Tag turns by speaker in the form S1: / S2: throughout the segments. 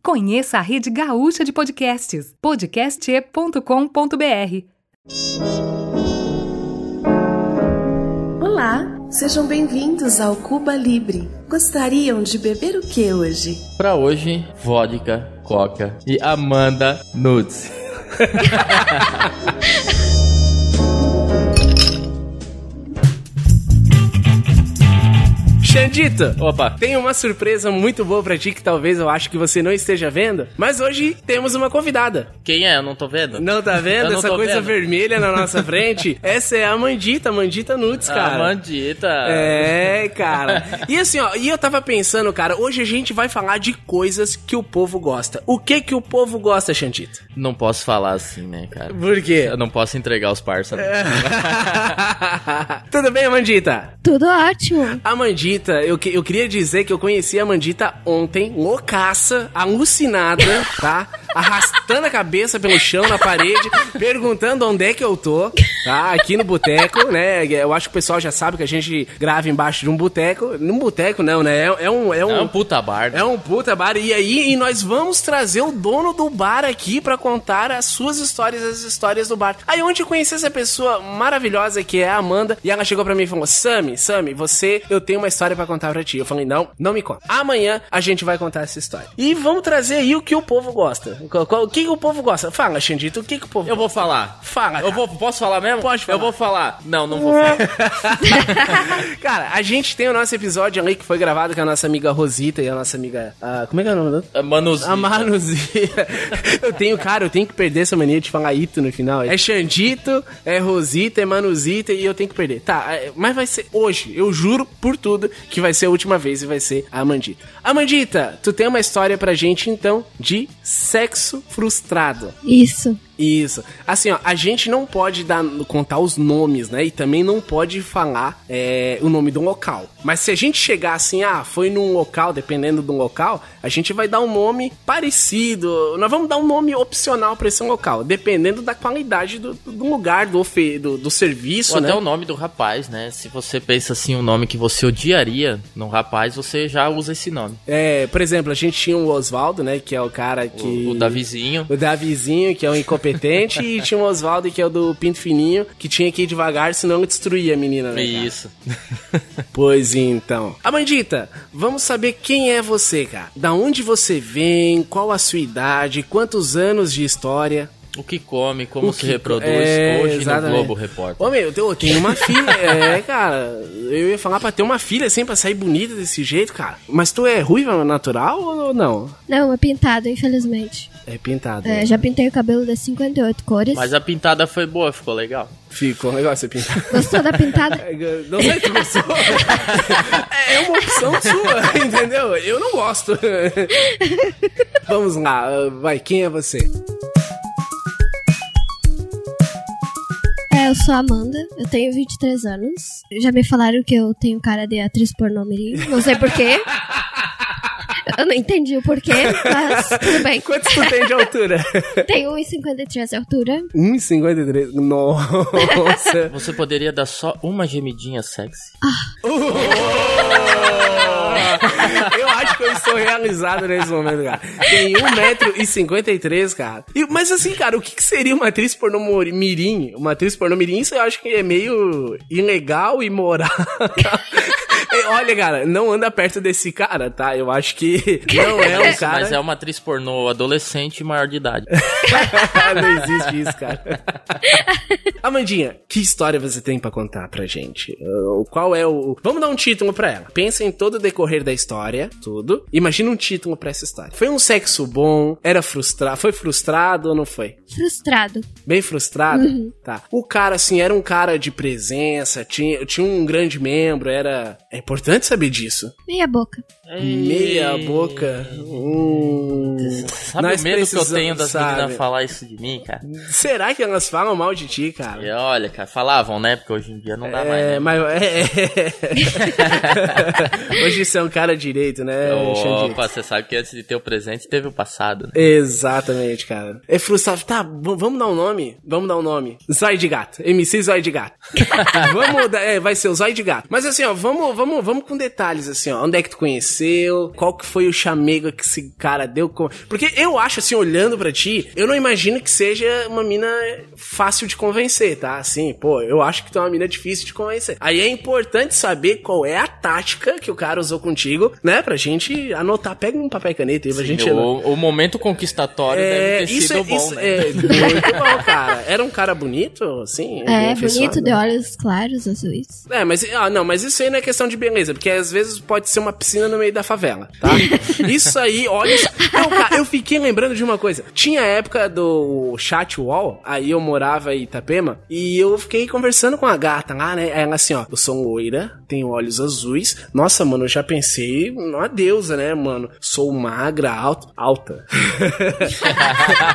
S1: Conheça a rede gaúcha de podcasts, podcast.com.br.
S2: Olá, sejam bem-vindos ao Cuba Libre. Gostariam de beber o que hoje?
S3: Pra hoje, vodka, coca e Amanda Nudes.
S4: Xandita,
S3: Opa,
S4: tem uma surpresa muito boa pra ti que talvez eu acho que você não esteja vendo, mas hoje temos uma convidada.
S3: quem é? Eu não tô vendo.
S4: Não tá
S3: Eu
S4: vendo
S3: não
S4: essa
S3: tô
S4: coisa
S3: vendo.
S4: vermelha na nossa frente? Essa é a Mandita, a Mandita Nudes, cara.
S3: Amandita.
S4: É, cara. E assim, ó, e eu tava pensando, cara, hoje a gente vai falar de coisas que o povo gosta. O que que o povo gosta, Xandita?
S3: Não posso falar assim, né, cara?
S4: Por quê?
S3: Eu não posso entregar os parceiros.
S4: Tudo bem, Amandita?
S5: Tudo ótimo.
S4: Amandita, eu, que- eu queria dizer que eu conheci a Amandita ontem, loucaça, alucinada, tá? Arrastando a cabeça pelo chão, na parede, perguntando onde é que eu tô, tá? Aqui no boteco, né? Eu acho que o pessoal já sabe que a gente grava embaixo de um boteco. Num boteco não, né? É, é um... É um...
S3: É um puta bardo.
S4: é um puta bar, e aí e nós vamos trazer o dono do bar aqui pra contar as suas histórias, as histórias do bar. Aí onde eu conheci essa pessoa maravilhosa que é a Amanda, e ela chegou pra mim e falou: Sami, Sami, você, eu tenho uma história pra contar pra ti. Eu falei: Não, não me conta. Amanhã a gente vai contar essa história. E vamos trazer aí o que o povo gosta. Qual- qual- O que, que o povo gosta? Fala, Xandito, o que, que o povo
S3: Eu vou falar.
S4: Fala,
S3: Eu
S4: cara.
S3: vou, posso falar mesmo?
S4: Pode falar.
S3: Eu vou falar. Não, não vou falar.
S4: Cara, a gente tem o nosso episódio ali que foi gravado com a nossa amiga Rosita e a nossa amiga. ah, como é que é o nome dela?
S3: Manus.
S4: A Manuzia. Eu tenho, cara, eu tenho que perder essa mania de falar Ito no final. É Xandito, é Rosita, é Manuzita e eu tenho que perder. Tá, é, mas vai ser hoje. Eu juro por tudo que vai ser a última vez e vai ser a Amandita. Amandita, tu tem uma história pra gente, então, de sexo frustrado.
S5: Isso.
S4: Isso. Assim, ó, a gente não pode dar, contar os nomes, né? E também não pode falar é, o nome do local. Mas se a gente chegar assim, ah, foi num local, dependendo do local, a gente vai dar um nome parecido. Nós vamos dar um nome opcional pra esse local, dependendo da qualidade do, do lugar, do, ofe- do, do serviço,
S3: Ou
S4: né?
S3: até o nome do rapaz, né? Se você pensa assim, um nome que você odiaria num rapaz, você já usa esse nome.
S4: É, por exemplo, a gente tinha o Oswaldo, né? Que é o cara que.
S3: O, o Davizinho.
S4: O Davizinho, que é um incompetente, e tinha o Oswaldo, que é o do Pinto Fininho, que tinha que ir devagar, senão ele destruía a menina, né? cara?
S3: Isso.
S4: Pois então. Amandita, vamos saber quem é você, cara. Da onde você vem, qual a sua idade, quantos anos de história.
S3: O que come, como
S4: O
S3: se
S4: que-
S3: reproduz
S4: É,
S3: hoje
S4: exatamente.
S3: no Globo Repórter.
S4: Ô, meu, eu tenho- eu tenho uma filha. é, cara. Eu ia falar pra ter uma filha assim, pra sair bonita desse jeito, cara. Mas tu é ruiva natural ou não?
S5: Não, é pintado, infelizmente.
S4: É pintado.
S5: É,
S4: né?
S5: já pintei o cabelo das 58 cores.
S3: Mas a pintada foi boa, ficou legal.
S4: Ficou um negócio é pintado. É,
S5: Gostou da pintada?
S4: Não sei que pessoa. É uma opção sua, entendeu? Eu não gosto. Vamos lá, vai, quem é você?
S5: É, eu sou a Amanda, eu tenho 23 anos. Já me falaram que eu tenho cara de atriz pornô mirim, não sei porquê. Eu não entendi o porquê, mas tudo bem. um
S4: Quanto tu tem de altura?
S5: Tenho 1,53 de altura.
S4: 1,53. Nossa.
S3: Você poderia dar só uma gemidinha sexy?
S4: eu acho que eu estou realizado nesse momento, cara. Tem 1,53m, cara. E- mas assim, cara, o que, que seria uma atriz pornô mori- mirim? Uma atriz pornô mirim, isso eu acho que é meio ilegal, imoral. E Olha, cara, não anda perto desse cara, tá? Eu acho que não é um cara.
S3: Mas é uma atriz pornô adolescente e maior de idade.
S4: não existe isso, cara. Amandinha, que história você tem pra contar pra gente? Uh, Qual é o. Vamos dar um título pra ela. Pensa em todo o decorrer da história, tudo. Imagina um título pra essa história. Foi um sexo bom? Era frustrado? Foi frustrado ou não foi?
S5: Frustrado.
S4: Bem frustrado?
S3: Uhum.
S4: Tá. O cara, assim, era um cara de presença, tinha, tinha um grande membro, era. É importante saber disso.
S5: Meia boca.
S4: Meia boca. Hum.
S3: Sabe
S4: Nós
S3: o medo que eu
S4: precisamos,
S3: tenho das
S4: sabe?
S3: meninas falar isso de mim, cara?
S4: Será que elas falam mal de ti, cara?
S3: E olha, cara, falavam, né? Porque hoje em dia não dá mais.
S4: É,
S3: Né?
S4: mas. é, é. Hoje você é um cara direito, né, Xandinho?
S3: Opa, você sabe que antes de ter o presente teve o passado, né?
S4: Exatamente, cara. É frustrável. Tá, v- vamos dar um nome? Vamos dar um nome. Zóio de gato. MC Zóio de gato. vamos dar, é, vai ser o Zóio de gato. Mas assim, ó, vamos, vamos, vamos com detalhes, assim, ó. Onde é que tu conheceu? Qual que foi o chamego que esse cara deu? com- Porque eu acho, assim, olhando pra ti, eu não imagino que seja uma mina fácil de convencer, tá? Assim, pô, eu acho que tu é uma mina difícil de convencer. Aí é importante saber qual é a tática que o cara usou contigo, né? Pra gente anotar. Pega um papel e caneta aí pra gente...
S3: o, o momento conquistatório deve ter sido
S4: é-
S3: bom,
S4: isso
S3: né?
S4: é muito bom, cara. Era um cara bonito, assim?
S5: É,
S4: bem afeiçoado?
S5: bonito, de olhos claros, azuis.
S4: É, mas, ah, não, mas isso aí não é questão de beleza, porque às vezes pode ser uma piscina no meio da favela, tá? isso aí, olha. isso- Não, cara, eu fiquei lembrando de uma coisa. Tinha a época do chat wall, aí eu morava em Itapema, e eu fiquei conversando com a gata lá, né? Aí Ela assim, ó, eu sou loira, tenho olhos azuis. Nossa, mano, eu já pensei numa deusa, né, mano? Sou magra, alta. Alta.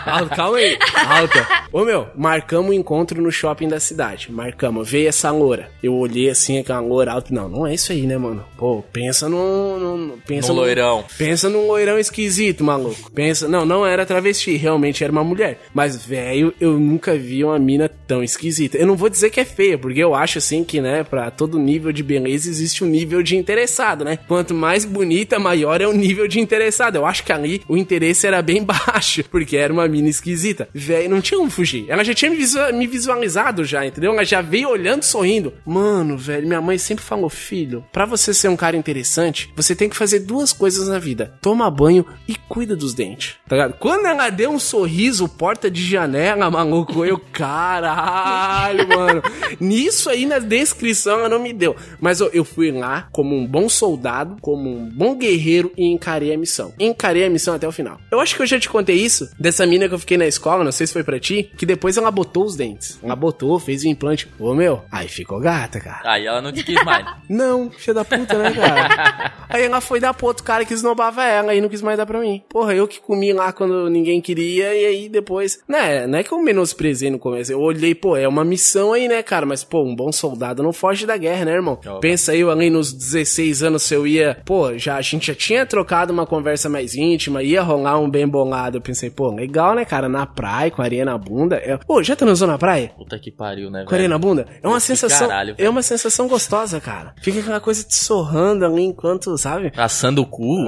S4: Alta, Calma aí. Alta. Ô meu, marcamos o encontro no shopping da cidade. Marcamos. Veio essa loura. Eu olhei assim, aquela loura alta. Não, não é isso aí, né, mano? Pô, pensa num. num- pensa
S3: No
S4: num-
S3: loirão.
S4: Pensa num loirão esquisito, maluco. Pensa. Não, não era travesti, realmente era uma mulher. Mas, velho, eu nunca vi uma mina tão esquisita. Eu não vou dizer que é feia, porque eu acho assim que, né, pra todo nível de beleza existe um nível de interessado, né? Quanto mais bonita, maior é o nível de interessado. Eu acho que ali o interesse era bem baixo, porque era uma mina esquisita. Velho, não tinha como fugir. Ela já tinha me, visua- me visualizado já, entendeu? Ela já veio olhando, sorrindo. Mano, velho, minha mãe sempre falou, filho, pra você ser um cara interessante, você tem que fazer duas coisas na vida. Toma banho e cuida dos dentes, tá ligado? Quando ela deu um sorriso, porta de janela, maluco, eu, caralho, mano. Nisso aí na descrição ela não me deu. Mas eu, eu fui lá como um bom soldado, como um bom guerreiro e encarei a missão. Encarei a missão até o final. Eu acho que eu já te contei isso, dessa mina que eu fiquei na escola, não sei se foi pra ti, que depois ela botou os dentes. Ela botou, fez o implante. Ô, meu, aí ficou gata, cara.
S3: Aí ela não te quis mais.
S4: Não, filha da puta, né, cara? aí ela foi dar pro outro cara que esnobava ela e não quis mais dar pra mim. Porra, eu que comi lá quando ninguém queria e aí depois. Né, não é que eu menosprezei no começo. Eu olhei, pô, é uma missão aí, né, cara? Mas, pô, um bom soldado não foge da guerra, né, irmão?
S3: Opa.
S4: Pensa aí, eu ali nos 16 anos, se eu ia. Pô, já, a gente já tinha trocado uma conversa mais íntima, ia rolar um bem bolado. Eu pensei, pô, legal, né, cara? Na praia, com a areia na bunda. Eu... Pô, já transou na praia?
S3: Puta que pariu, né, velho?
S4: Com areia na bunda? É uma
S3: Que
S4: sensação.
S3: caralho, velho.
S4: é uma sensação gostosa, cara. Fica aquela coisa te sorrando ali enquanto, sabe?
S3: Assando o cu?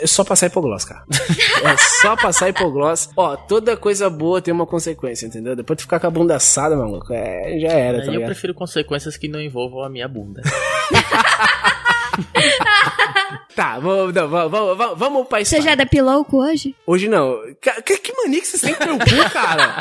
S4: É só passar hipoglós, cara. é só passar hipoglós. Ó, toda coisa boa tem uma consequência, entendeu? Depois tu ficar com a bunda assada, maluco, é, já era, tá
S3: Aí eu
S4: ligado?
S3: prefiro consequências que não envolvam a minha bunda.
S4: Tá, vamos, não, vamos, vamos, vamos, vamos pra
S5: Você
S4: história.
S5: já depilou o cu hoje?
S4: Hoje não. Ca- Que, que mania que vocês têm com meu cu, cara?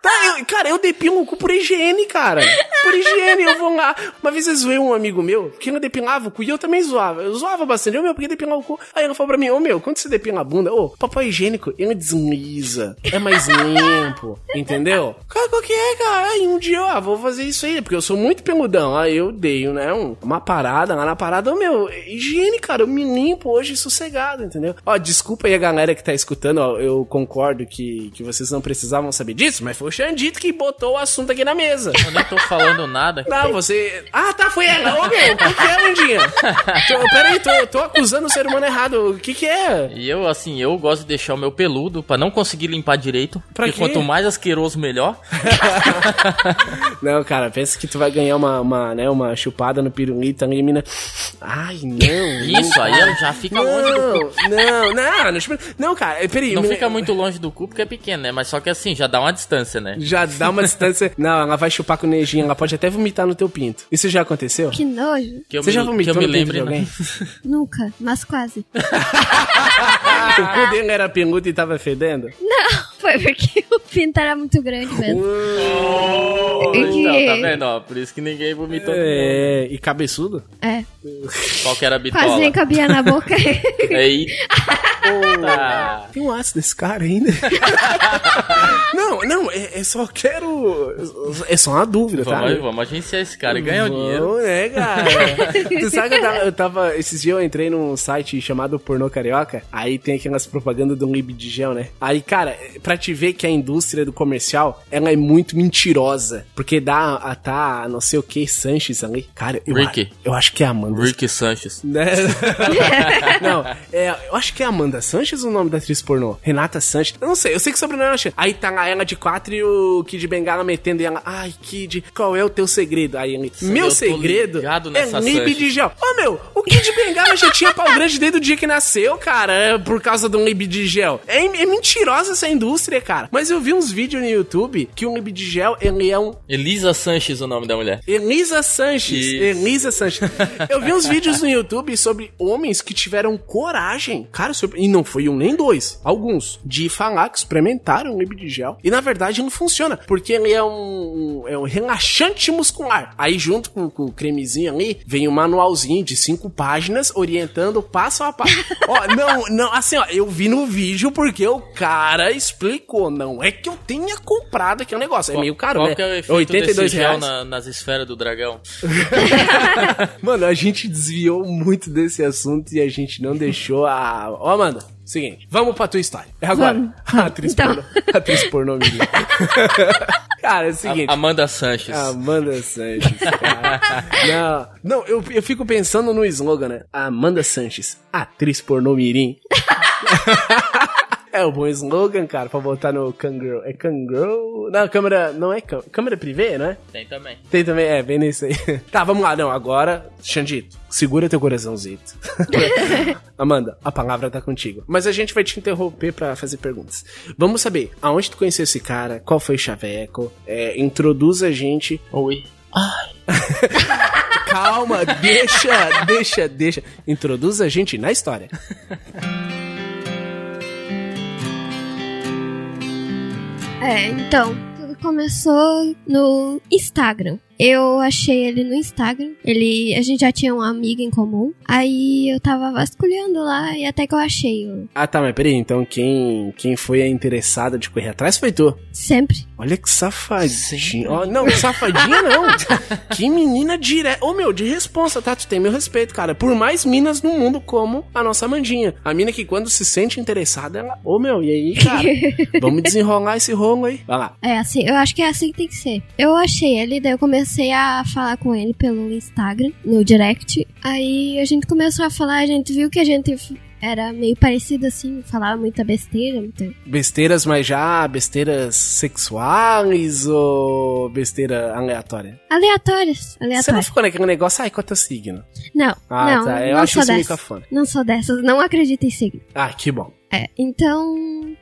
S4: Tá, eu- cara, eu depilo o cu por higiene, cara. Por higiene, eu vou lá. Uma vez eu zoei um amigo meu, que não depilava o cu, e eu também zoava. Eu zoava bastante. Eu, meu, porque depilar o cu? Aí ele falou pra mim, ô, meu, quando você depila a bunda, ô, papai higiênico, ele desliza. É mais limpo, entendeu? Cara, qual que é, cara? Aí um dia, ó, vou fazer isso aí, porque eu sou muito peludão. Aí eu dei, né, um- uma parada lá na parada, ô, meu, higiene, cara, eu me limpo hoje sossegado, entendeu? Ó, desculpa aí a galera que tá escutando, ó, eu concordo que, que vocês não precisavam saber disso, mas foi o Xandito que botou o assunto aqui na mesa.
S3: Eu nem tô falando nada.
S4: Tá, você. Ah, tá, foi ela. Ô, meu, o que, que é, Landinha? Tô, peraí, tô, tô acusando o ser humano errado. O que, que é?
S3: E eu, assim, eu gosto de deixar o meu peludo pra não conseguir limpar direito.
S4: Pra
S3: porque
S4: quê?
S3: quanto mais asqueroso, melhor.
S4: Não, cara, pensa que tu vai ganhar uma, uma, né, uma chupada no pirulito, ali, mina. Ai, não.
S3: Isso, aí ela já fica longe do cu.
S4: Não, não, não, não, chupa- não, cara, eh, peraí.
S3: Não
S4: mina-
S3: fica muito longe do cu porque é pequeno, né? Mas só que assim, já dá uma distância, né?
S4: Já dá uma distância. Não, ela vai chupar com nojinho, ela pode até vomitar no teu pinto. Isso já aconteceu?
S5: Que nojo.
S3: Que eu
S4: Você
S3: me,
S4: já
S3: que
S4: vomitou
S3: eu me
S4: no pinto de
S3: lembre, né?
S4: alguém?
S5: Nunca, mas quase.
S4: o cu dele era pingudo e tava fedendo?
S5: Não, foi porque o pinto era muito grande mesmo.
S3: Então, tá vendo? Ó, por isso que ninguém vomitou. né?
S4: É, e cabeçudo?
S5: É,
S3: Qual que era a bitola?
S5: quase nem cabia na boca.
S3: Eita!
S4: tem um ácido desse cara ainda? não, não, é, é só quero. É só uma dúvida, tá?
S3: Vamos, vamos agenciar esse cara e ganhar o dinheiro.
S4: É, cara. tu sabe que eu tava, eu tava- Esses dias eu entrei num site chamado Pornô Carioca. Aí tem aquelas propagandas de um libdigel, né? Aí, cara, pra te ver que a indústria do comercial, ela é muito mentirosa. Porque dá a tá não sei o que Sanches ali. Cara, eu, a-
S3: Ricky.
S4: eu acho que é a Amanda.
S3: Rick Sanchez.
S4: Né? não, é, eu acho que é Amanda Sanches o nome da atriz pornô. Renata Sanches. Eu não sei, eu sei que sobrenome ela chama. Aí tá lá ela de quatro e o Kid Bengala metendo e ela. Ai, Kid, qual é o teu segredo? Aí ele.
S3: eu
S4: Meu
S3: tô
S4: segredo
S3: ligado
S4: é
S3: nessa
S4: libdigel. Ô meu, o Kid Bengala já tinha pau grande desde o dia que nasceu, cara, é, por causa do libdigel. É, é mentirosa essa indústria, cara. Mas eu vi uns vídeos no YouTube que o libdigel, ele é um
S3: Elisa Sanchez o nome da mulher.
S4: Elisa Sanches.
S3: Isso.
S4: Elisa Sanches. Eu vi uns vídeos no YouTube sobre homens que tiveram coragem, cara, sobre- e não foi um nem dois, alguns, de falar que experimentaram libdigel. E na verdade não funciona, porque ele é um, é um relaxante muscular. Aí junto com, com o cremezinho ali, vem um manualzinho de cinco páginas orientando passo a passo. ó, não, não, assim, ó, eu vi no vídeo porque o cara explicou. Não é que eu tenha comprado aquele negócio, é meio caro,
S3: Qual
S4: né?
S3: que é o efeito 82 desse gel na- nas esferas do dragão?
S4: Mano, a gente desviou muito desse assunto e a gente não deixou a. Ó, Amanda, seguinte, vamos pra tua história. É agora.
S5: Vamos.
S4: A atriz
S5: Então.
S4: pornô. A atriz pornô menina. Cara, é o seguinte. Ah,
S3: A- Amanda Sanchez.
S4: Amanda Sanches, cara. Não, não eu, eu fico pensando no slogan, né? Amanda Sanches, atriz pornô mirim. É o bom slogan, cara, pra botar no Kangirl. É Kangirl? Não, câmera. Não é câmera. Câmera privê, não é?
S3: Tem também.
S4: Tem também, é, bem nisso aí. Tá, vamos lá, não, agora, Xandito, segura teu coraçãozito. Amanda, a palavra tá contigo. Mas a gente vai te interromper pra fazer perguntas. Vamos saber, aonde tu conheceu esse cara, qual foi o chaveco, é, introduz a gente.
S3: Oi.
S4: Calma, deixa, deixa, deixa. Introduz a gente na história.
S5: É, então, tudo começou no Instagram. Eu achei ele no Instagram. Ele, a gente já tinha uma amiga em comum. Aí eu tava vasculhando lá e até que eu achei o
S4: Ah, tá, mas peraí, então quem, quem foi a interessada de correr atrás foi tu.
S5: sempre.
S4: Olha que safadinho. Ó, não, safadinha não. que menina direta. Ô, meu, de responsa, tá? Tu tem meu respeito, cara. Por mais minas no mundo como a nossa Mandinha. A mina que quando se sente interessada, ela... Ô, meu, e aí, cara? Vamos desenrolar esse rolo aí. Vai lá.
S5: É assim, eu acho que é assim que tem que ser. Eu achei ele, daí eu comecei a falar com ele pelo Instagram, no direct. Aí a gente começou a falar, a gente viu que a gente f- era meio parecido assim, falava muita besteira, muita
S4: Besteiras, mas já besteiras sexuais ou besteira aleatória?
S5: aleatórias,
S4: Você não
S5: aleatórias.
S4: ficou naquele negócio, ai, qual é teu signo?
S5: Não,
S4: Ah,
S5: não,
S4: tá. Eu
S5: não
S4: acho
S5: sou
S4: isso meio
S5: dessas.
S4: cafona.
S5: Não sou dessas, não acredito em signo.
S4: Ah, que bom.
S5: É, então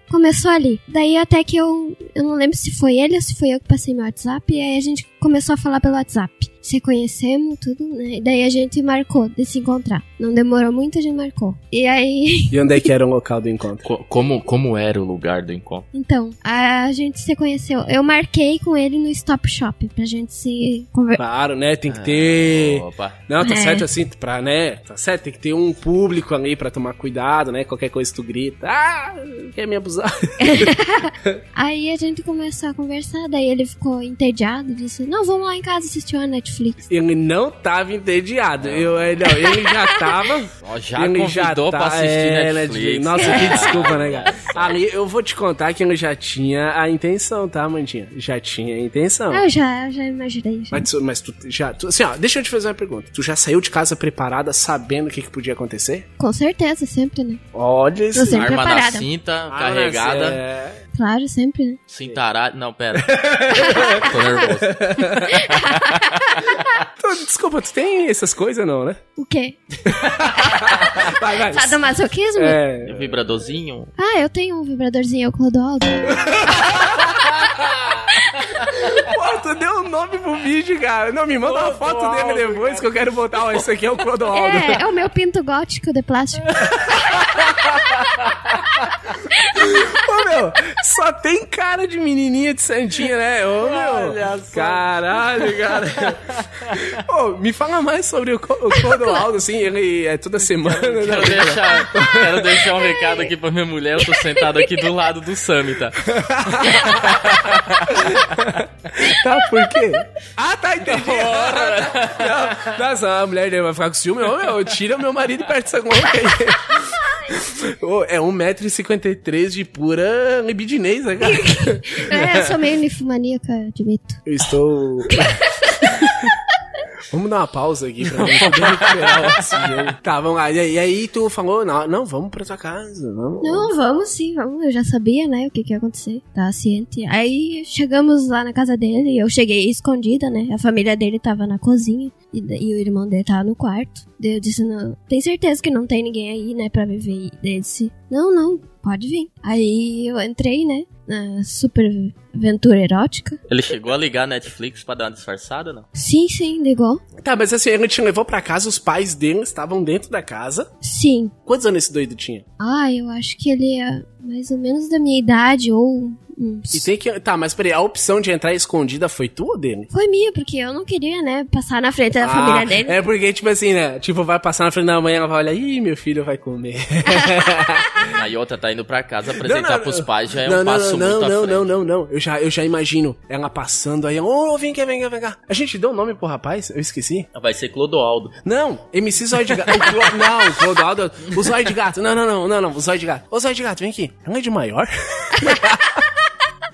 S5: começou ali. Daí até que eu. Eu não lembro se foi ele ou se foi eu que passei meu WhatsApp. E aí a gente começou a falar pelo WhatsApp. Se conhecemos, tudo, né? E daí a gente marcou de se encontrar. Não demorou muito, a gente marcou. E aí.
S4: E onde é que era o local do encontro?
S3: Co- como, como era o lugar do encontro?
S5: Então, a gente se conheceu. Eu marquei com ele no Stop Shop pra gente se conversar.
S4: Claro, né? Tem
S5: Ah,
S4: que ter...
S3: Opa.
S4: Não, tá
S5: É.
S4: certo assim, pra, né? Tá certo, tem que ter um público ali pra tomar cuidado, né? Qualquer coisa tu grita, ah, quer me abusar?
S5: Aí a gente começou a conversar. Daí ele ficou entediado. Disse: Não, vamos lá em casa assistir uma Netflix.
S4: Ele não tava entediado. Eu, é, não, ele já tava.
S3: Ó, já
S4: ele
S3: convidou pra assistir
S4: é,
S3: Netflix.
S4: Nossa, que desculpa, né, cara? Ali eu vou te contar que ele já tinha a intenção, tá, Mandinha? Já tinha a intenção.
S5: Ah, eu já, já imaginei. Já.
S4: Mas, tu- mas tu já. tu- assim, ó, deixa eu te fazer uma pergunta. Tu já saiu de casa preparada sabendo o que, que podia acontecer?
S5: Com certeza, sempre, né?
S4: Olha isso.
S5: Você- Sempre
S3: Arma na
S5: preparada.
S3: cinta,
S4: Ah,
S3: carregada,
S4: é-
S5: Claro, sempre, né?
S3: cintarada. Não, pera. Tô nervoso.
S4: Tu- Desculpa, tu tem essas coisas não, né?
S5: O quê?
S4: Vai, vai.
S5: Sadomasoquismo?
S4: É,
S3: Vibradorzinho.
S5: Ah, eu tenho um vibradorzinho, eu Clodoaldo.
S4: Pô, tu deu o nome pro vídeo, cara. Não, me manda uma foto dele depois que eu quero botar. Ó, esse aqui é o Clodoaldo.
S5: É, é o meu pinto gótico de plástico.
S4: Ô, meu, só tem cara de menininha de santinha, né? Ô, meu.
S6: Olha só.
S4: Caralho, cara. Ô, me fala mais sobre o, Co- o Clodoaldo, assim, ele é toda semana,
S3: Quero
S4: né?
S3: deixar, quero deixar um recado aqui pra minha mulher. Eu tô sentado aqui do lado do Sammy, tá?
S4: Tá, por quê? Ah, tá, entendi. Não, nossa, a mulher dele vai ficar com ciúme. Ô, meu, tira meu marido perto dessa conta aí. Ô, é 1,53m de pura libidinez, né, cara?
S5: É, eu sou meio nifomaníaca, admito.
S4: Eu estou. Vamos dar uma pausa aqui pra mim poder recuperar o oxigênio. Tá, vamos lá. E aí, e aí tu falou, não, não, vamos pra tua casa. Vamos.
S5: Não, vamos sim, vamos. Eu já sabia, né, o que, que ia acontecer. Tava ciente. Aí chegamos lá na casa dele, eu cheguei escondida, né? A família dele tava na cozinha e, da- e o irmão dele tava no quarto. Daí eu disse, não, tem certeza que não tem ninguém aí, né, pra viver. Daí ele disse, não, não, pode vir. Aí eu entrei, né, na super aventura erótica.
S3: Ele chegou a ligar a Netflix pra dar uma disfarçada, não?
S5: Sim, sim, ligou.
S4: Tá, mas assim, ele te levou pra casa, os pais dele estavam dentro da casa.
S5: Sim,
S4: Quantos anos esse doido tinha?
S5: Ah, eu acho que ele é mais ou menos da minha idade, ou. hum, uns-
S4: E tem que. Tá, mas peraí, a opção de entrar escondida foi tua ou dele?
S5: Foi minha, porque eu não queria, né, passar na frente da
S3: Ah.
S5: família dele.
S4: É porque, tipo assim, né? Tipo, vai passar na frente da mãe, ela vai olhar, ih, meu filho vai comer.
S3: Aí outra tá indo pra casa apresentar
S4: Não, não,
S3: pros
S4: não.
S3: pais, já é
S4: não,
S3: um
S4: não,
S3: passo
S4: não,
S3: muito à
S4: não,
S3: frente.
S4: não, não, não. Eu já, eu já imagino ela passando aí. Ô, vem cá, vem cá, vem cá. A gente deu o nome pro rapaz? Eu esqueci.
S3: Vai ser Clodoaldo.
S4: Não, MC Zóio de Gato. O Clo- não, o Clodoaldo. O Zóio de Gato. Não, não, não, não, não. O Zóio de Gato. Ô, Zóio de Gato, vem aqui. Ela é de maior?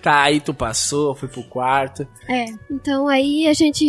S4: tá, aí tu passou, foi pro quarto.
S5: É. Então aí a gente.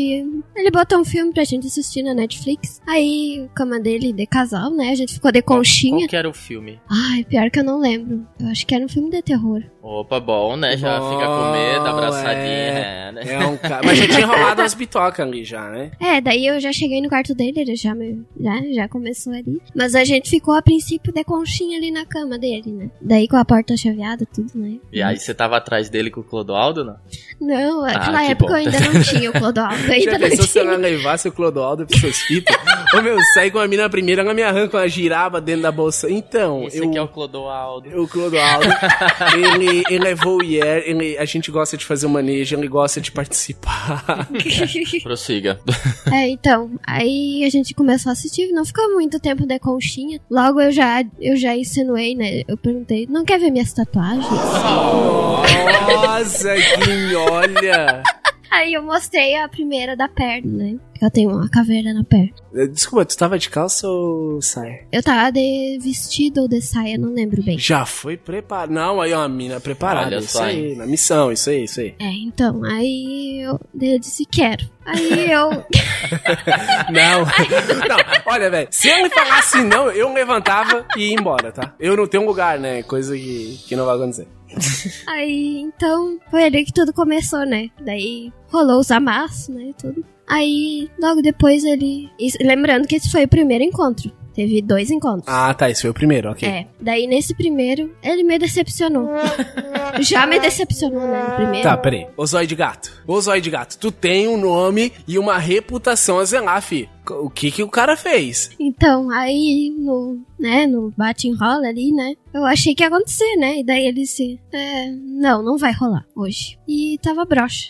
S5: Ele botou um filme pra gente assistir na Netflix. Aí o cama dele de casal, né? A gente ficou de conchinha.
S3: Qual que é? era o filme?
S5: Ai, pior que eu não lembro. Eu acho que era um filme de terror.
S3: Opa, bom, né? Já
S4: Bom,
S3: fica com medo, abraçadinha,
S4: é.
S3: é, né?
S4: É um cara. Mas já tinha rolado umas bitocas ali já, né?
S5: É, daí eu já cheguei no quarto dele, ele já, me, já, já começou ali. Mas a gente ficou a princípio de conchinha ali na cama dele, né? Daí com a porta chaveada, tudo, né?
S3: E aí você tava atrás dele com o Clodoaldo, não?
S5: Não, naquela
S3: Ah, que
S5: época
S3: bom.
S5: eu ainda não tinha o Clodoaldo, ainda
S4: Já
S5: não
S4: pensou se ela
S5: tinha.
S4: levasse o Clodoaldo pros seus fitas? Ô meu, sai com a mina primeiro, ela me arranca uma giraba dentro da bolsa. Então,
S3: Esse
S4: eu.
S3: aqui é o Clodoaldo.
S4: O Clodoaldo, ele, ele é voyeur, ele, a gente gosta de fazer o manejo, ele gosta de participar.
S3: Prossiga.
S5: É, então, aí a gente começou a assistir, não ficou muito tempo de conchinha. Logo eu já, eu já insinuei, né? Eu perguntei, não quer ver minhas tatuagens?
S4: Nossa, que olha!
S5: Aí eu mostrei a primeira da perna, né? Que eu tenho uma caveira na perna.
S4: Desculpa, tu tava de calça ou saia?
S5: Eu tava de vestido ou de saia, não lembro bem.
S4: Já foi preparado. Não, aí ó, a mina preparada.
S3: Olha
S4: isso
S3: só,
S4: aí, na missão, isso aí, isso aí.
S5: É, então, aí eu, daí eu disse quero. Aí eu.
S4: Não. não, olha, velho, se ele falasse não, eu levantava e ia embora, tá? Eu não tenho lugar, né? Coisa que, que não vai acontecer.
S5: aí então foi ali que tudo começou, né? Daí rolou os amassos, né? Tudo. Aí logo depois ele. isso- lembrando que esse foi o primeiro encontro. Teve dois encontros.
S4: Ah, tá, esse foi o primeiro, ok.
S5: É, daí nesse primeiro, ele me decepcionou. Já me decepcionou, né? No primeiro.
S4: Tá, peraí. Ô zóio de gato. Ô zóio de gato, tu tem um nome e uma reputação a zelar, fi. C- O que que o cara fez?
S5: Então, aí no, né, no bate e rola ali, né? Eu achei que ia acontecer, né? E daí ele disse, é, não, não vai rolar hoje. E tava broxa.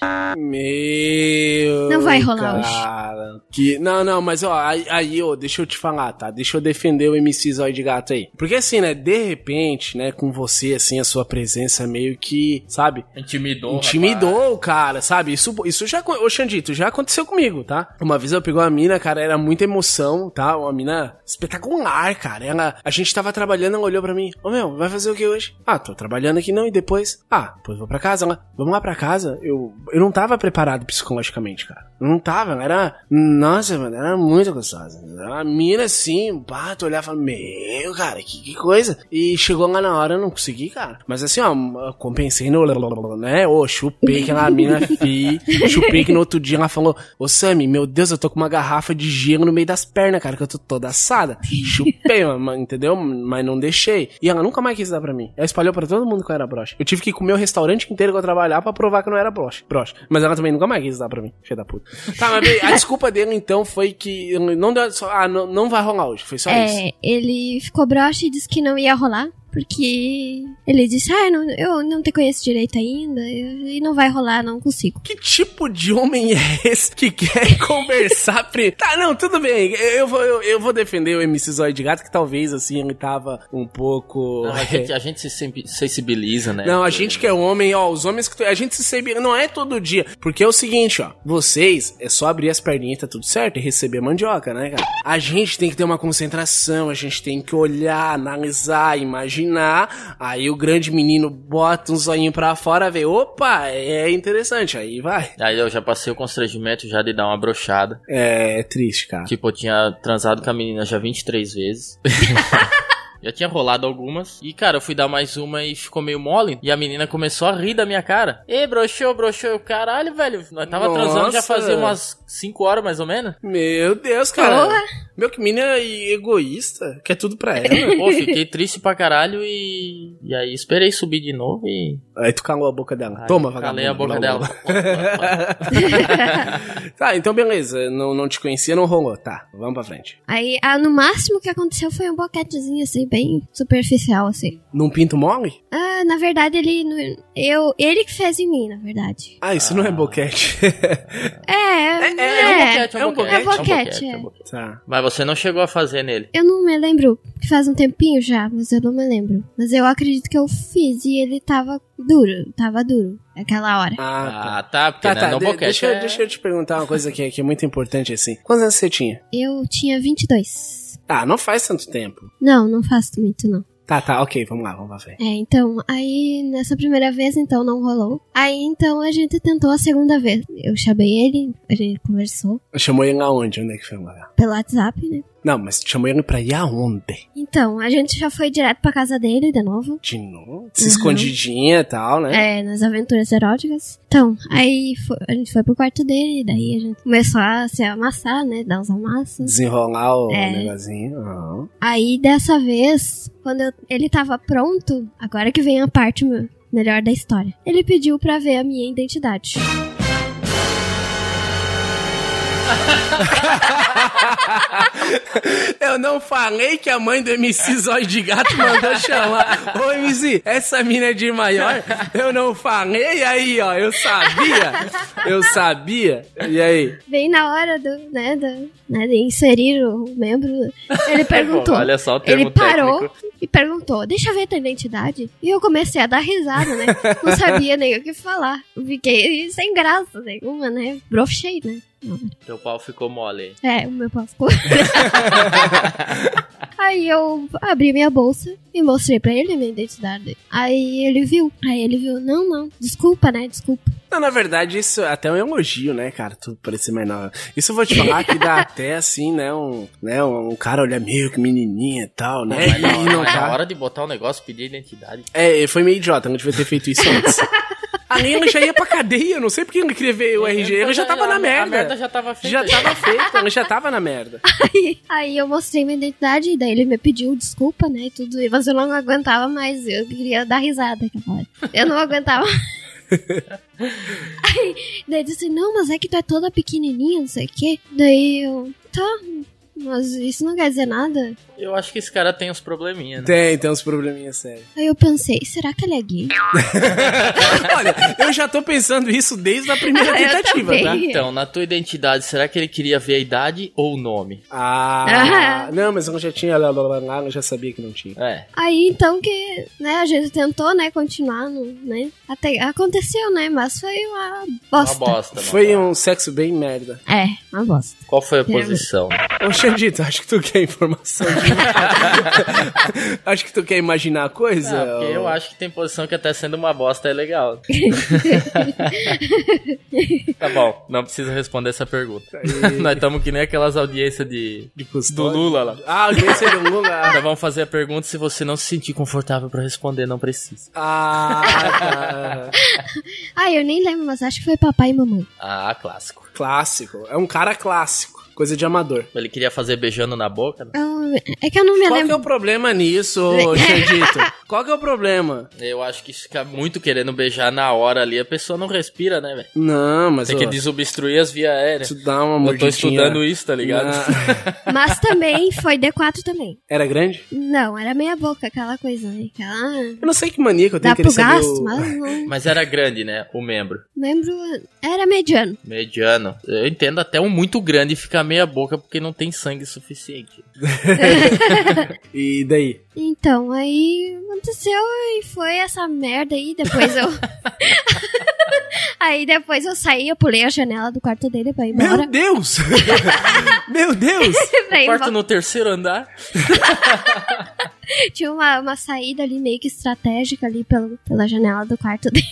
S4: Meu.
S5: Não vai rolar
S4: cara. Que... Não, não, mas ó, aí, aí, ó, deixa eu te falar, tá? Deixa eu defender o MC Zóio de Gato aí. Porque assim, né, de repente, né, com você, assim, a sua presença meio que, sabe?
S3: Intimidou.
S4: Intimidou o cara, sabe? Isso, isso já. acon- Ô, Xandito, já aconteceu comigo, tá? Uma vez eu peguei uma mina, cara, era muita emoção, tá? Uma mina espetacular, cara. Ela, a gente tava trabalhando, ela olhou pra mim: Ô meu, vai fazer o que hoje? Ah, tô trabalhando aqui não, e depois? Ah, depois vou pra casa. Ela, vamos lá pra casa? Eu, eu não tava preparado psicologicamente, cara. Eu Não tava, ela era. Nossa, mano, era muito gostosa. Era uma mina assim, pá, tu olhava e falava, meu, cara, que, que coisa. E chegou lá na hora, eu não consegui, cara. Mas assim, ó, eu compensei no. né? Ô, chupei aquela mina fi. Chupei que no outro dia ela falou: Ô, Sammy, meu Deus, eu tô com uma garrafa de gelo no meio das pernas, cara, que eu tô toda assada. Chupei, mano, entendeu? Mas não deixei. E ela nunca mais quis dar pra mim. Ela espalhou pra todo mundo que eu era broxa. Eu tive que comer o restaurante inteiro que eu trabalhava pra provar que eu não era broxa. broxa. Mas ela também nunca mais quis dar pra mim. Filha da puta. Tá, mas bem, a desculpa dele então foi que. ele Não deu, só, ah, não, não vai rolar hoje. Foi só isso.
S5: É, ele ficou broxa e disse que não ia rolar. Porque ele disse, ah, eu não, eu não te conheço direito ainda, eu- e não vai rolar, não consigo.
S4: Que tipo de homem é esse que quer conversar? Pri? Tá, não, tudo bem. Eu vou, eu, eu vou defender o MC Zóio de Gato, que talvez, assim, ele tava um pouco...
S3: A gente, a gente se sem- sensibiliza, né?
S4: Não, a gente que é homem, ó, os homens que. tu- A gente se sebe. Não é todo dia. Porque é o seguinte, ó. Vocês, é só abrir as perninhas, tá tudo certo, e receber mandioca, né, cara? A gente tem que ter uma concentração, a gente tem que olhar, analisar, imaginar. Aí o grande menino bota um zoinho pra fora, vê, opa, é interessante. Aí vai.
S3: Aí eu já passei o constrangimento já de dar uma brochada.
S4: É, é triste, cara.
S3: Tipo, eu tinha transado com a menina já 23 vezes. Já tinha rolado algumas. E, cara, eu fui dar mais uma e ficou meio mole. E a menina começou a rir da minha cara. Ê, broxou, broxou. Eu, Caralho, velho. Nós tava transando já
S4: Nossa.
S3: fazia umas 5 horas, mais ou menos.
S4: Meu Deus, cara.
S5: Porra.
S4: Meu, que menina egoísta, quer tudo pra ela.
S3: Pô, fiquei triste pra caralho e... E aí, esperei subir de novo e...
S4: Aí tu calou a boca dela.
S3: Aí,
S4: Toma, vagabundo.
S3: Calei a boca
S4: blá, blá,
S3: dela.
S4: blá. Tá, então beleza. Não, não te conhecia, não rolou. Tá, vamos pra frente.
S5: Aí, ah, no máximo que aconteceu foi um boquetezinho, assim, bem superficial, assim.
S4: Num pinto mole?
S5: Ah, na verdade, ele. não- Eu, ele que fez em mim, na verdade.
S4: Ah, isso não é boquete.
S5: É, é.
S3: é um boquete, é um boquete.
S5: boquete,
S3: é um
S5: é.
S3: boquete.
S4: tá.
S3: Mas você não chegou a fazer nele.
S5: Eu não me lembro, que faz um tempinho já, mas eu não me lembro. Mas eu acredito que eu fiz e ele tava duro, tava duro, aquela hora.
S4: Ah, tá.
S3: Ah, tá, porque
S4: Tá,
S3: né,
S4: tá.
S3: não
S4: de-
S3: boquete.
S4: deixa,
S3: é-
S4: eu- deixa eu te perguntar uma coisa que, que é muito importante, assim. Quantos anos você tinha?
S5: Eu tinha 22.
S4: Ah, não faz tanto tempo.
S5: Não, não faço muito, não.
S4: Tá, tá, ok, vamos lá, vamos pra frente.
S5: É, então, aí nessa primeira vez, então, não rolou. Aí, então, a gente tentou a segunda vez. Eu chamei ele, a gente conversou
S4: Chamou ele aonde? Onde é que foi lá?
S5: pelo WhatsApp, né?
S4: Não, mas chamou ele pra ir aonde?
S5: Então, a gente já foi direto pra casa dele de novo.
S4: De novo? Se escondidinha e tal, né?
S5: Uhum. É, nas aventuras eróticas. Então, aí fo- a gente foi pro quarto dele, daí a gente começou a se amassar, né? Dar uns amassos.
S4: Desenrolar o
S5: É.
S4: negocinho. aham.
S5: Aí dessa vez, quando eu- ele tava pronto, agora que vem a parte me- melhor da história. Ele pediu pra ver a minha identidade.
S4: Eu não falei que a mãe do MC Zóio de Gato mandou chamar. Ô, MC, essa mina é de maior? Eu não falei, aí, ó, eu sabia. Eu sabia. E aí?
S5: Bem na hora do, né, do- né, de inserir o membro, né? ele perguntou.
S3: É Olha só o termo
S5: ele parou
S3: técnico.
S5: e perguntou: Deixa eu ver tua identidade? E eu comecei a dar risada, né? Não sabia nem o que falar. Eu Fiquei sem graça nenhuma, né? Brochei, né?
S3: Teu pau ficou mole.
S5: É, o meu pau ficou. Aí eu abri minha bolsa e mostrei pra ele a minha identidade. Aí ele viu. Aí ele viu: Não, não, desculpa, né? Desculpa.
S4: Não, na verdade, isso é até um elogio, né, cara? Tudo parecer mais nova. Isso eu vou te falar que dá até assim, né? Um, né, um cara olha meio que menininha e tal, né?
S3: Mas na,
S4: E
S3: hora,
S4: não
S3: mas na
S4: tá.
S3: hora de botar o negócio, pedir identidade.
S4: É, foi meio idiota, não devia ter feito isso antes. Ali ele já ia pra cadeia, eu não sei porque ele queria ver o
S3: É,
S4: RG. Ele então já tava
S3: um- a-
S4: na
S3: A merda
S4: merda.
S3: já tava feita.
S4: Já tava feito, ele já tava na merda.
S5: Aí, aí eu mostrei minha identidade. e Daí ele me pediu desculpa, né? E tudo. E você não aguentava mais. Eu queria dar risada aquela hora. Eu não aguentava. aí daí ele disse: Não, mas é que tu é toda pequenininha, não sei o quê. Daí eu: Tá, mas isso não quer dizer nada.
S3: Eu acho que esse cara tem uns probleminhas, né?
S4: Tem, tem uns probleminhas sérios.
S5: Aí eu pensei: será que ele é gay?
S4: Olha, eu já tô pensando isso desde a primeira
S5: Ah, eu
S4: tentativa,
S5: também.
S4: tá?
S3: Então, na tua identidade, será que ele queria ver a idade ou o nome?
S4: Ah, não, mas eu já tinha lá, lá, lá, lá, eu já sabia que não tinha.
S3: É.
S5: Aí então que, né, a gente tentou, né, continuar, no, né? Até aconteceu, né? Mas foi uma bosta.
S3: Uma bosta. uma
S4: Foi
S3: bosta.
S4: um sexo bem merda.
S5: É, uma bosta.
S3: Qual foi a posição?
S4: Ô, Xandito, acho que tu quer informação de- acho que tu quer imaginar a coisa?
S3: Ah, porque eu acho que tem posição que até sendo uma bosta é legal. tá bom, não precisa responder essa pergunta. Nós estamos que nem aquelas audiências de...
S4: De
S3: do
S4: custódio.
S3: Lula lá.
S4: Ah, audiência do Lula.
S3: Nós vamos fazer a pergunta se você não se sentir confortável pra responder, não precisa.
S4: Ah, tá.
S5: Ah, eu nem lembro, mas acho que foi papai e mamãe.
S3: Ah, clássico.
S4: Clássico. É um cara clássico. Coisa de amador.
S3: Ele queria fazer beijando na boca, né?
S5: Eu- é que eu não me
S4: Qual que
S5: lembro.
S4: é o problema nisso, ô Xandito? Qual que é o problema?
S3: Eu acho que ficar muito querendo beijar na hora ali, a pessoa não respira, né, velho?
S4: Não, mas
S3: Tem
S4: ó,
S3: que desobstruir as vias aéreas.
S4: isso dá uma
S3: Eu tô
S4: mordidinha. né?
S3: estudando isso, tá ligado?
S4: Na-
S5: Mas também foi D4 também.
S4: Era grande?
S5: Não, era meia boca, aquela coisa. né? Aquela...
S4: Eu não sei que mania que eu tenho
S5: Dá
S4: que ele
S5: pro
S4: saber
S5: gasto,
S4: o...
S5: mas não
S3: Mas era grande, né? O membro.
S5: lembro. Era mediano.
S3: Mediano. Eu entendo até um muito grande ficar meia boca porque não tem sangue suficiente.
S4: E daí?
S5: Então, aí aconteceu e foi essa merda aí. Depois eu. aí depois eu saí, eu pulei a janela do quarto dele pra ir embora.
S4: Meu Deus! Meu Deus!
S5: Pra ir
S3: Quarto
S5: embora.
S3: no terceiro andar.
S5: Tinha uma, uma saída ali meio que estratégica ali pelo, pela janela do quarto dele.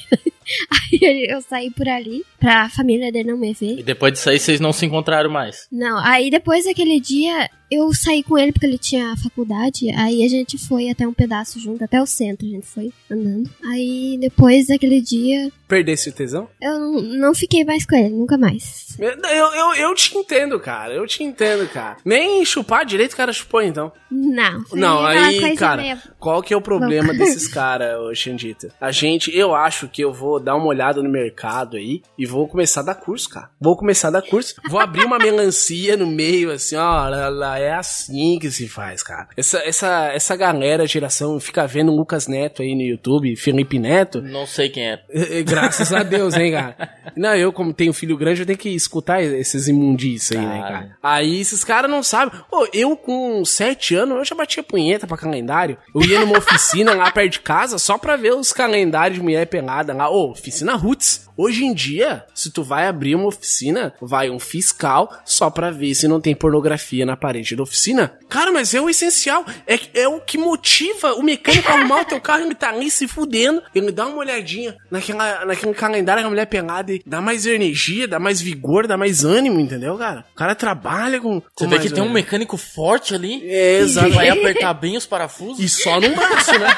S5: Aí eu saí por ali pra família dele não me ver.
S3: E depois disso aí vocês não se encontraram mais.
S5: Não, aí depois daquele dia eu saí com ele porque ele tinha faculdade, aí a gente foi até um pedaço junto, até o centro a gente foi andando. Aí depois daquele dia
S4: Perdesse o tesão?
S5: eu não- não fiquei mais com ele, nunca mais.
S4: Eu, eu, eu te entendo, cara. Eu te entendo, cara. Nem chupar direito o cara chupou, então.
S5: Não. foi
S4: Não,
S5: aquela
S4: aí,
S5: coisa
S4: cara,
S5: meio-
S4: qual que é o problema
S5: Não.
S4: desses caras, ô Xandita? A gente, eu acho que eu vou dar uma olhada no mercado aí e vou começar a dar curso, cara. Vou começar a dar curso. Vou abrir uma melancia no meio, assim, ó. lá, lá, é assim que se faz, cara. Essa, essa, essa galera, geração, fica vendo o Lucas Neto aí no YouTube, Felipe Neto.
S3: Não sei quem é.
S4: Eh, eh, Graças a Deus, hein, cara. Não, eu, como tenho filho grande, eu tenho que escutar esses imundícios aí, né,
S3: Cara.
S4: cara? Aí esses caras não sabem. Pô, eu com sete anos, eu já batia punheta pra calendário. Eu ia numa oficina lá perto de casa só pra ver os calendários de mulher pelada lá. Ô, oficina Roots. Hoje em dia, se tu vai abrir uma oficina, vai um fiscal só pra ver se não tem pornografia na parede da oficina. Cara, mas é o essencial. É, é o que motiva o mecânico a arrumar o teu carro. Ele tá ali se fudendo. Ele dá uma olhadinha naquela, naquele calendário da mulher pelada e dá mais energia, dá mais vigor, dá mais ânimo, entendeu, cara? O cara trabalha com.
S3: Você
S4: com
S3: vê
S4: mais
S3: que tem um
S4: ânimo.
S3: mecânico forte ali.
S4: É, exato.
S3: Vai apertar bem os parafusos.
S4: E só num braço, né?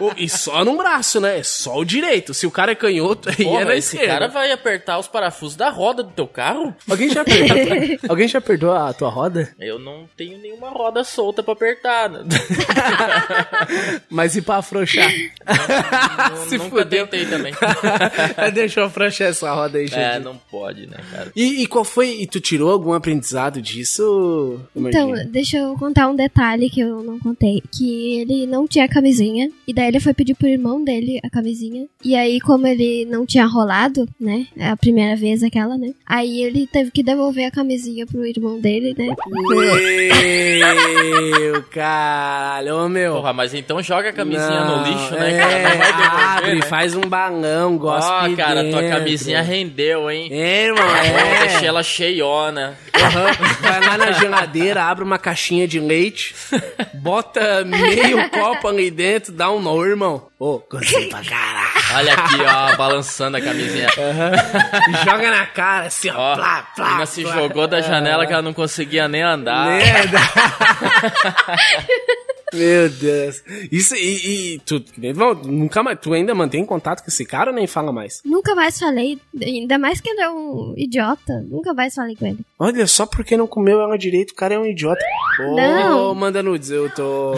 S4: O- e só num braço, né? É só o direito. Se o cara é canhoto, aí
S3: Porra,
S4: é na
S3: esse
S4: esquerda.
S3: cara vai apertar os parafusos da roda do teu carro?
S4: Alguém já perdoou? Alguém já perdoou a tua roda?
S3: Eu não tenho nenhuma roda solta pra apertar. né?
S4: Mas e pra afrouxar?
S3: Não-
S4: Se
S3: nunca
S4: fudeu.
S3: tentei também.
S4: Deixa eu afrouxar essa roda aí, gente.
S3: é, não pode, né, cara?
S4: E, e qual foi? E tu tirou algum aprendizado disso?
S5: Então,
S4: Marquinhos?
S5: deixa eu contar um detalhe que eu não contei. Que ele não tinha camisinha. E daí ele foi pedir pro irmão dele a camisinha. E aí, como ele não tinha rolado, né? A primeira vez aquela, né? Aí ele teve que devolver a camisinha pro irmão dele, né?
S4: Meu caralho, ô meu.
S3: Porra, mas então joga a camisinha
S4: Não,
S3: no lixo, né,
S4: é,
S3: cara? Não vai devolver,
S4: abre,
S3: né?
S4: faz um balão, gosta
S3: Ó, cara, tua camisinha rendeu, hein?
S4: É, irmão,
S3: Vamos
S4: é.
S3: deixar ela cheiona.
S4: Aham. Vai lá na geladeira, abre uma caixinha de leite, bota meio copo ali dentro, dá um nó, irmão. Ô, gostei pra caralho.
S3: Olha aqui, ó, balançando a camisinha.
S4: E Joga na cara, assim, ó.
S3: Ó,
S4: É. Plá,
S3: a
S4: plá,
S3: menina se
S4: plá. É.
S3: jogou da janela que ela não conseguia nem
S4: Ah.
S3: andar.
S4: Merda. Meu Deus. Isso, e, e tu, irmão, nunca mais, tu ainda mantém contato com esse cara ou nem fala mais?
S5: Nunca mais falei. Ainda mais que ele é um idiota. Nunca mais falei com ele.
S4: Olha, só porque não comeu ela direito, o cara é um idiota. Ô,
S5: Não.
S4: manda nudes, eu tô...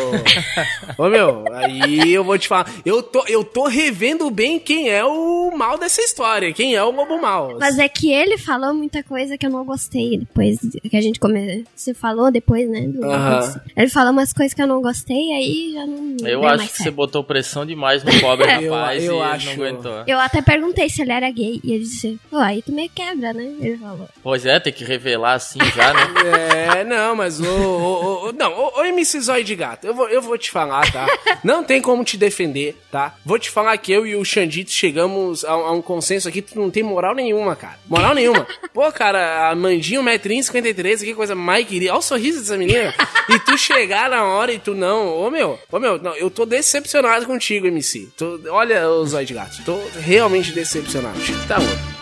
S4: Ô, meu, aí eu vou te falar. Eu tô, eu tô revendo bem quem é o mal dessa história, quem é o lobo mal.
S5: Mas é que ele falou muita coisa que eu não gostei depois que a gente come... se falou depois, né? do-
S4: Aham.
S5: Ele falou umas coisas que eu não gostei, aí já não.
S3: Eu
S5: deu
S3: acho
S5: mais
S3: que
S5: certo.
S3: você botou pressão demais no pobre
S4: Eu-
S3: rapaz
S4: eu
S3: e
S4: acho-
S3: ele não aguentou.
S5: Eu até perguntei se ele era gay. E ele disse, pô, aí tu me quebra, né? Ele falou.
S3: Pois é, tem que revelar assim já, né?
S4: É, não, mas o. o, o- não, o, o MC Zóio de Gato, eu vou, eu vou te falar, tá? Não tem como te defender, tá? Vou te falar que eu e o Xandito chegamos a, a um consenso aqui, tu não tem moral nenhuma, cara. Moral nenhuma. Pô, cara, a um Mandinho, 1,53m, que coisa mais querida. Olha o sorriso dessa menina. E tu chegar na hora e tu não. Ô meu, ô meu, não, eu tô decepcionado contigo, MC. Tô- olha o Zóio de Gato, tô realmente decepcionado. Tá louco. É.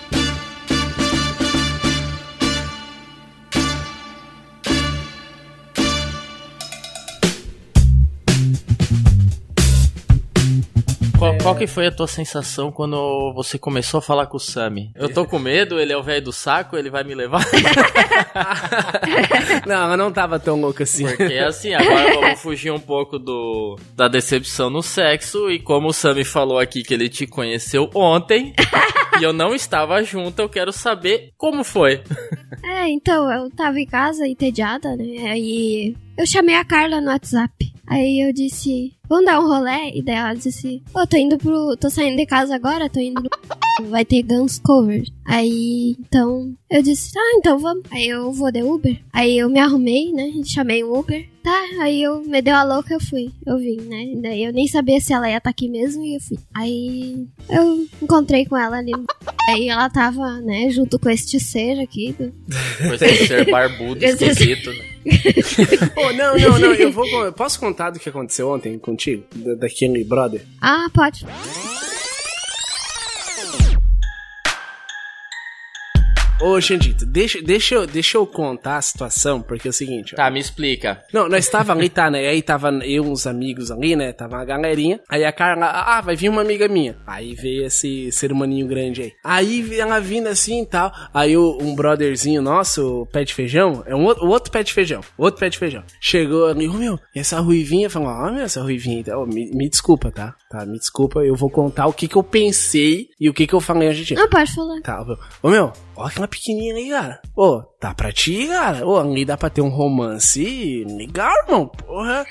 S3: Qual, Qual que foi a tua sensação quando você começou a falar com o Sami? Eu tô com medo, ele é o velho do saco, ele vai me levar?
S4: Não, eu não tava tão louco assim.
S3: Porque assim, agora vamos fugir um pouco do da decepção no sexo e como o Sami falou aqui que ele te conheceu ontem e eu não estava junto, eu quero saber como foi.
S5: É, então, eu tava em casa, entediada, né? Aí eu chamei a Carla no WhatsApp. Aí eu disse, vamos dar um rolê? E daí ela disse, ô, tô indo pro. tô saindo de casa agora, tô indo no. Vai ter Guns Cover. Aí, então, eu disse, ah, então vamos. Aí eu vou de Uber. Aí eu me arrumei, né? Chamei o Uber. Tá, aí eu me deu a louca, eu fui. Eu vim, né? E Daí eu nem sabia se ela ia estar aqui mesmo e eu fui. Aí eu encontrei com ela ali. no- Aí ela tava, né, junto com este ser aqui. né? do-
S3: Depois de é, ser barbudo,
S5: Esse-
S3: esquisito.
S4: Pô, não, não, não, eu vou. con- eu Posso contar do que aconteceu ontem contigo? Da- daquele brother?
S5: Ah, pode.
S4: Ô, Xandito, deixa, deixa, eu, deixa eu contar a situação, porque é o seguinte, ó.
S3: Tá, me explica.
S4: Não, nós tava ali, tá, né? Aí tava eu, uns amigos ali, né? Tava uma galerinha. Aí a Carla, ah, vai vir uma amiga minha. Aí veio esse ser humaninho grande aí. Aí ela vindo assim e tal. Aí o- um brotherzinho nosso, o pé de feijão, é um outro, outro pé de feijão, outro pé de feijão. Chegou ali, ô meu, essa ruivinha, falou, ó meu, essa ruivinha, aí, tá? Ô, me, me desculpa, tá? Tá, me desculpa, eu vou contar o que que eu pensei e o que que eu falei hoje em dia.
S5: Não, pode falar.
S4: Tá, meu. Ô meu, olha aquela pequenininha aí, cara. Ô, tá pra ti, cara. Ô, ali dá pra ter um romance legal, irmão. Porra.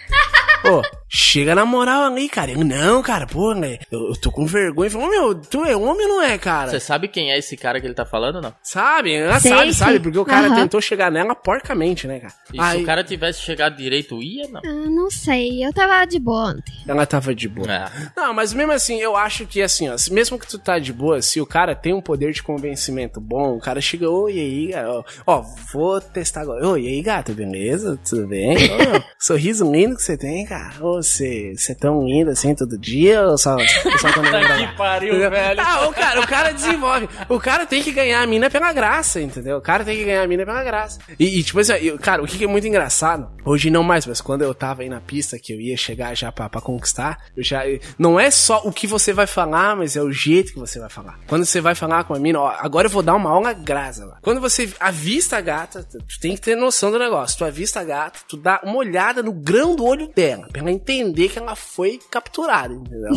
S4: Ô, chega na moral ali, cara. Eu, não, cara, porra, né? Eu, eu tô com vergonha. Falei, ô meu, tu é homem ou não é, cara?
S3: Você sabe quem é esse cara que ele tá falando, não?
S4: Sabe? Ela
S5: Sei,
S4: sabe,
S5: sim.
S4: sabe? Porque o cara
S5: Aham.
S4: tentou chegar nela porcamente, né, cara?
S3: E se
S4: Aí,
S3: o cara tivesse chegado direito, ia, não?
S5: Ah, não sei. Eu tava de boa ontem.
S4: ela tava de boa.
S3: Ah,
S4: Não, mas mesmo assim, eu acho que assim, ó, se- mesmo que tu tá de boa, se o cara tem um poder de convencimento bom, o cara chega, oi, e aí, ga- ó, ó, vou testar agora. Oi, e aí, gato, beleza? Tudo bem? Ô, meu, sorriso lindo que você tem, cara. Ô, Você você é tão lindo assim todo dia, ou só, ou só quando vai
S3: que
S4: trabalhar?
S3: pariu,
S4: Entendeu?
S3: velho.
S4: Ah, o cara, o cara desenvolve. O cara tem que ganhar a mina pela graça, entendeu? O cara tem que ganhar a mina pela graça. E, e, tipo assim, ó, eu- cara, o que que é muito engraçado, hoje não mais, mas quando eu tava aí na pista que eu ia chegar já pra, pra conquistar, eu já. eu- Não é só o que você vai falar, mas é o jeito que você vai falar. Quando você vai falar com a mina, ó, agora eu vou dar uma aula graça lá. Quando você avista a gata, tu tu tem que ter noção do negócio. Tu avista a gata, tu dá uma olhada no grão do olho dela, pra ela entender que ela foi capturada, entendeu?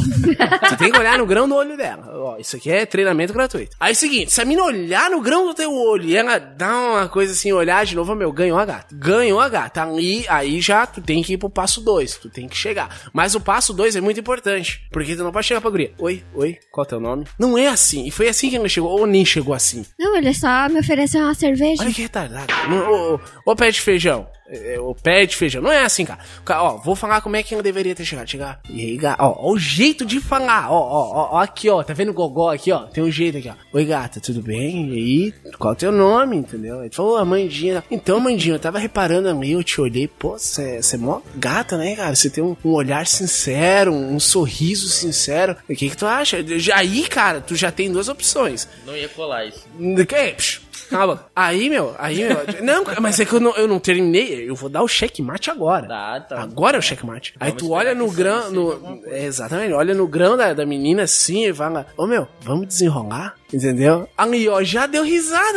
S4: Tu tem que olhar no grão do olho dela. Ó, isso aqui é treinamento gratuito. Aí é o seguinte, se a mina olhar no grão do teu olho e ela dá uma coisa assim, olhar de novo, ó, meu, ganhou a gata. Ganhou a gata. Aí, aí já tu tem que ir pro passo 2, tu tem que chegar. Mas o passo 2 é muito importante, porque tu não pode chegar pra guria. Oi, oi, qual é teu nome? Não é assim. E foi assim que ela chegou, ou nem chegou assim.
S5: Não, ele só me ofereceu uma cerveja.
S4: Olha que retardado. Não, Ô, ô, ô, pé de feijão. É, é, Ô, pé de feijão. Não é assim, cara. O cara, Ó, vou falar como é que eu deveria ter chegado. Chegar. E aí, gata, ó, ó, o jeito de falar. Ó, ó, ó, ó, aqui, ó. Tá vendo o gogó aqui, ó? Tem um jeito aqui, ó. Oi, gata, tudo bem? E aí, qual é o teu nome, entendeu? Ele falou, a Mandinha. Então, Mandinha, eu tava reparando ali, eu te olhei. Pô, você é mó gata, né, cara? Você tem um, um olhar sincero, um, um sorriso sincero. O que que tu acha? Já- Aí, cara, tu já tem duas opções.
S3: Não ia colar isso.
S4: É, psh, Calma. Aí, meu, aí, meu. Não, mas é que eu não, eu não terminei. Eu vou dar o checkmate agora.
S3: Tá, tá.
S4: Agora é o checkmate. Aí
S3: Vamos
S4: tu olha
S3: esperar
S4: no
S3: que
S4: grão.
S3: seja
S4: No, é, exatamente, olha no grão da, da menina assim e fala: Ô meu, vamos desenrolar? Entendeu? Aí, ó, já deu risada.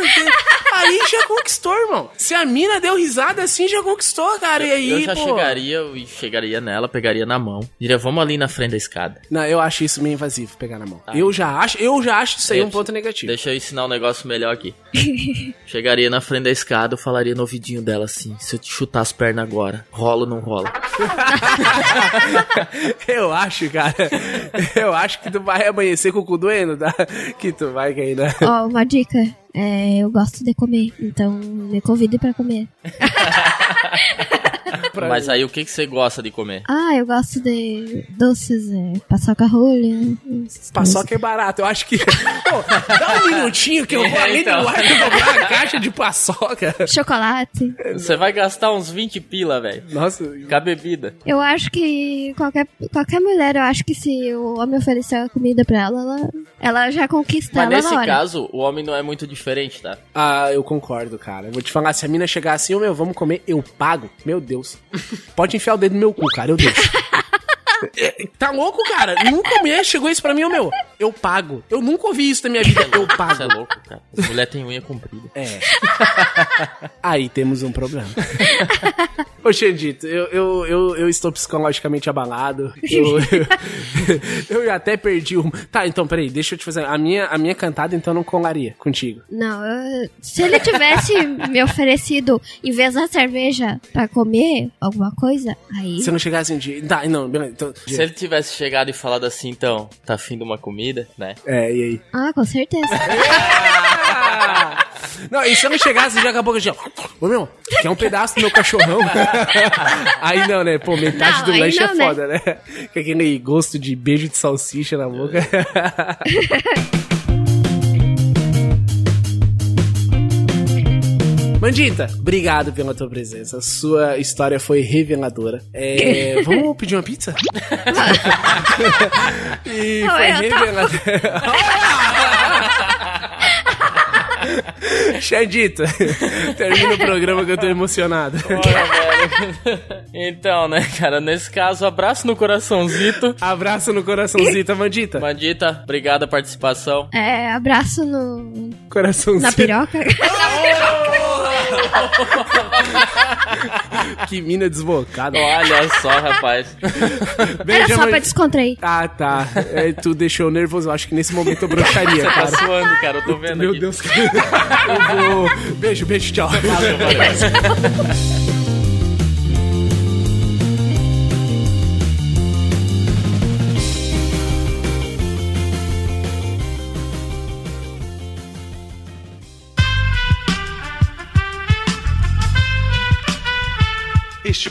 S4: entendeu? Aí já conquistou, irmão. Se a mina deu risada assim, já conquistou, cara. E aí,
S3: eu já
S4: pô.
S3: chegaria e chegaria nela, pegaria na mão. Diria, vamos ali na frente da escada.
S4: Não, eu acho isso meio invasivo pegar na mão. Eu já acho, eu já acho isso aí um
S3: Deixa-
S4: ponto negativo.
S3: Deixa Tá. eu ensinar um negócio melhor aqui. Chegaria na frente da escada, eu falaria no ouvidinho dela assim: se eu te chutar as pernas agora, rola ou não rola?
S4: Eu acho, cara. Eu acho que tu vai amanhecer com o cu doendo, tá? Que tu vai cair, né?
S5: Ó, uma dica. É, eu gosto de comer, então me convide pra comer.
S4: Pra
S3: Mas aí o que, que você gosta de comer?
S5: Ah, eu gosto de doces, é, paçoca rolha. essas
S4: Paçoca é barato. Eu acho que. Pô, dá um minutinho que eu vou
S3: É,
S4: ali
S3: então.
S4: do lado comprar a caixa de paçoca.
S5: coisas. Chocolate.
S3: Você vai gastar uns 20 pila, velho.
S4: Nossa.
S3: Com a bebida.
S5: Eu acho que qualquer, qualquer mulher, eu acho que se o homem oferecer a comida pra ela, ela, ela já conquista
S3: Mas
S5: ela
S3: nesse
S5: na hora.
S3: caso, o homem não é muito diferente, tá?
S4: Ah, eu concordo, cara. Eu vou te falar, se a mina chegar assim, ô meu, vamos comer, eu pago. Meu Deus. Pode enfiar o dedo no meu cu, cara, eu deixo. É, tá louco, cara? Nunca a mulher chegou isso pra mim, ô meu. Eu pago. Eu nunca ouvi isso na minha vida. Eu
S3: Você é
S4: pago.
S3: louco, cara. As mulher tem unha comprida.
S4: É. Aí temos um problema. Ô, Xandito, eu, eu, eu, eu estou psicologicamente abalado. Eu, eu, eu até perdi uma. Tá, então, peraí, deixa eu te fazer. A minha, a minha cantada, então, não colaria contigo.
S5: Não, eu- se ele tivesse me oferecido, em vez da cerveja, pra comer alguma coisa, aí.
S4: Se eu não chegasse em dia. Tá, não, beleza. Então,
S3: Se ele tivesse chegado e falado assim, então, tá afim de uma comida, né?
S4: É, e aí?
S5: Ah, com certeza.
S4: Ah! Não, e se eu não chegasse já acabou que eu já. Ô meu, quer um pedaço do meu cachorrão? aí não, né? Pô, metade
S5: Não,
S4: do
S5: aí
S4: lanche é
S5: não, né?
S4: foda, né? Com aquele gosto de beijo de salsicha na boca. Mandita, obrigado pela tua presença. Sua história foi reveladora. É, vamos pedir uma pizza? e
S5: Não,
S4: foi
S5: eu tava-
S4: reveladora. Xandita, termina o programa que eu tô emocionado.
S3: Então, né, cara, nesse caso, abraço no coraçãozito.
S4: Abraço no coraçãozinho, Mandita.
S3: Mandita, obrigado a participação.
S5: É, abraço no, na
S4: Coraçãozinho.
S5: piroca.
S4: Que mina desbocada.
S3: Olha só, rapaz.
S5: Era só
S4: Amandita.
S5: pra descontrair.
S4: Ah, tá. É, tu deixou eu nervoso. Eu acho que nesse momento eu broxaria,
S3: Tá
S4: cara.
S3: suando, cara, eu tô vendo
S4: Meu
S3: aqui.
S4: Deus, cara. Eu vou... Beijo, beijo, tchau.
S3: Valeu, valeu.
S6: Este